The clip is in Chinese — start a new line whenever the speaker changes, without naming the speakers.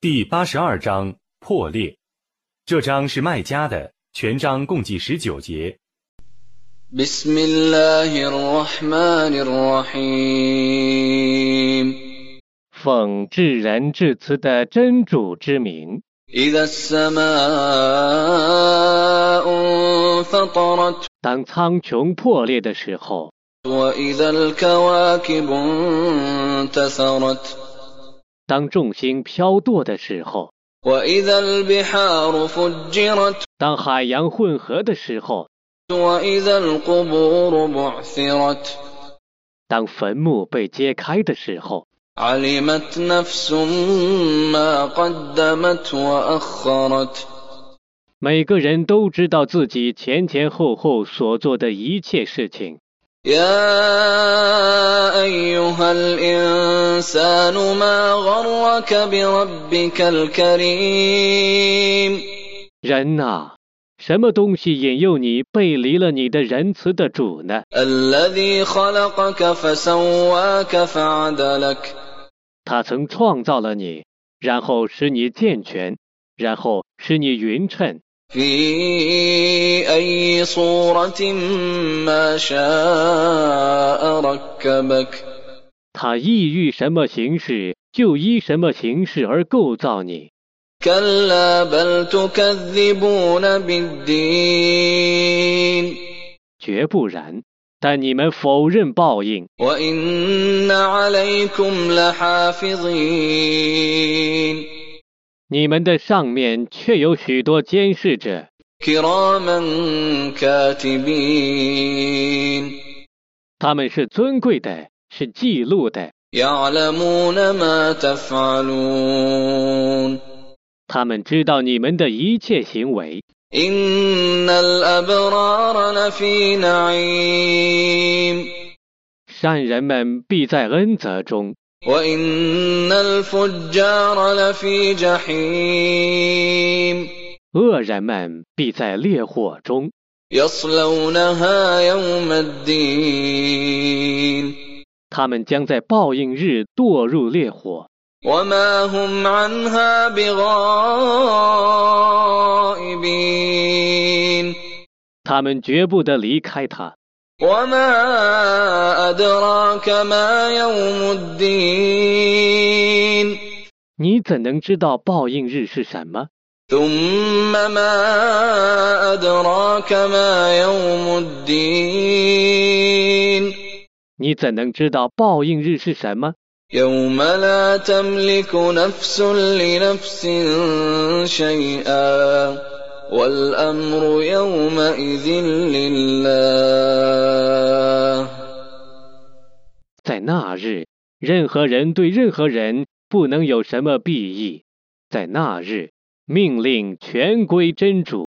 第八十二章破裂，这章是麦加的，全章共计十九节。
بسم الله الرحمن الرحيم
奉至仁至慈的真主之名，
إذا السماء انفطرت
当苍穹破裂的时候，
وإذا الكواكب انتثرت
当众星飘堕的时候，
وإذا البحار فجرت
当海洋混合的时候，
وإذا القبور بعثرت
当坟墓被揭开的时候，
علمت نفس ما قدمت وأخرت
每个人都知道自己前前后后所做的一切事情。
يا أيها الإنسان ما غرك بربك الكريم
人呐、什么东西引诱你背离了你的仁慈的主呢？
الذي خلقك فسواك فعدلك
他曾创造了你，然后使你健全，然后使你匀称，
في أي صورة ما شاء ركبك
他意欲什么形式，就依什么形式而构造你。
كلا بل تكذبون بالدين
绝不然，但你们否认报应。
وإن عليكم لحافظين
你们的上面却有许多监视者，
كراما كاتبين
他们是尊贵的，是记录的，
يعلمون ما تفعلون
他们知道你们的一切行为。
إن الأبرار لفي نعيم
善人们必在恩泽中，
وإن الفجار لفي جحيم
恶人们必在烈火中，
يصلونها يوم الدين
他们将在报应日堕入烈火，
وما هم عنها بغائبين
他们绝不得离开它。
وما أدراك ما يوم الدين
你怎能知道报应日是什么？
ثم ما أدراك ما يوم الدين
你怎能知道报应日是什么？
يوم لا تملك نفس لنفس شيئا والأمر يومئذ لله
在那日，任何人对任何人不能有什么裨益。在那日，命令全归真主。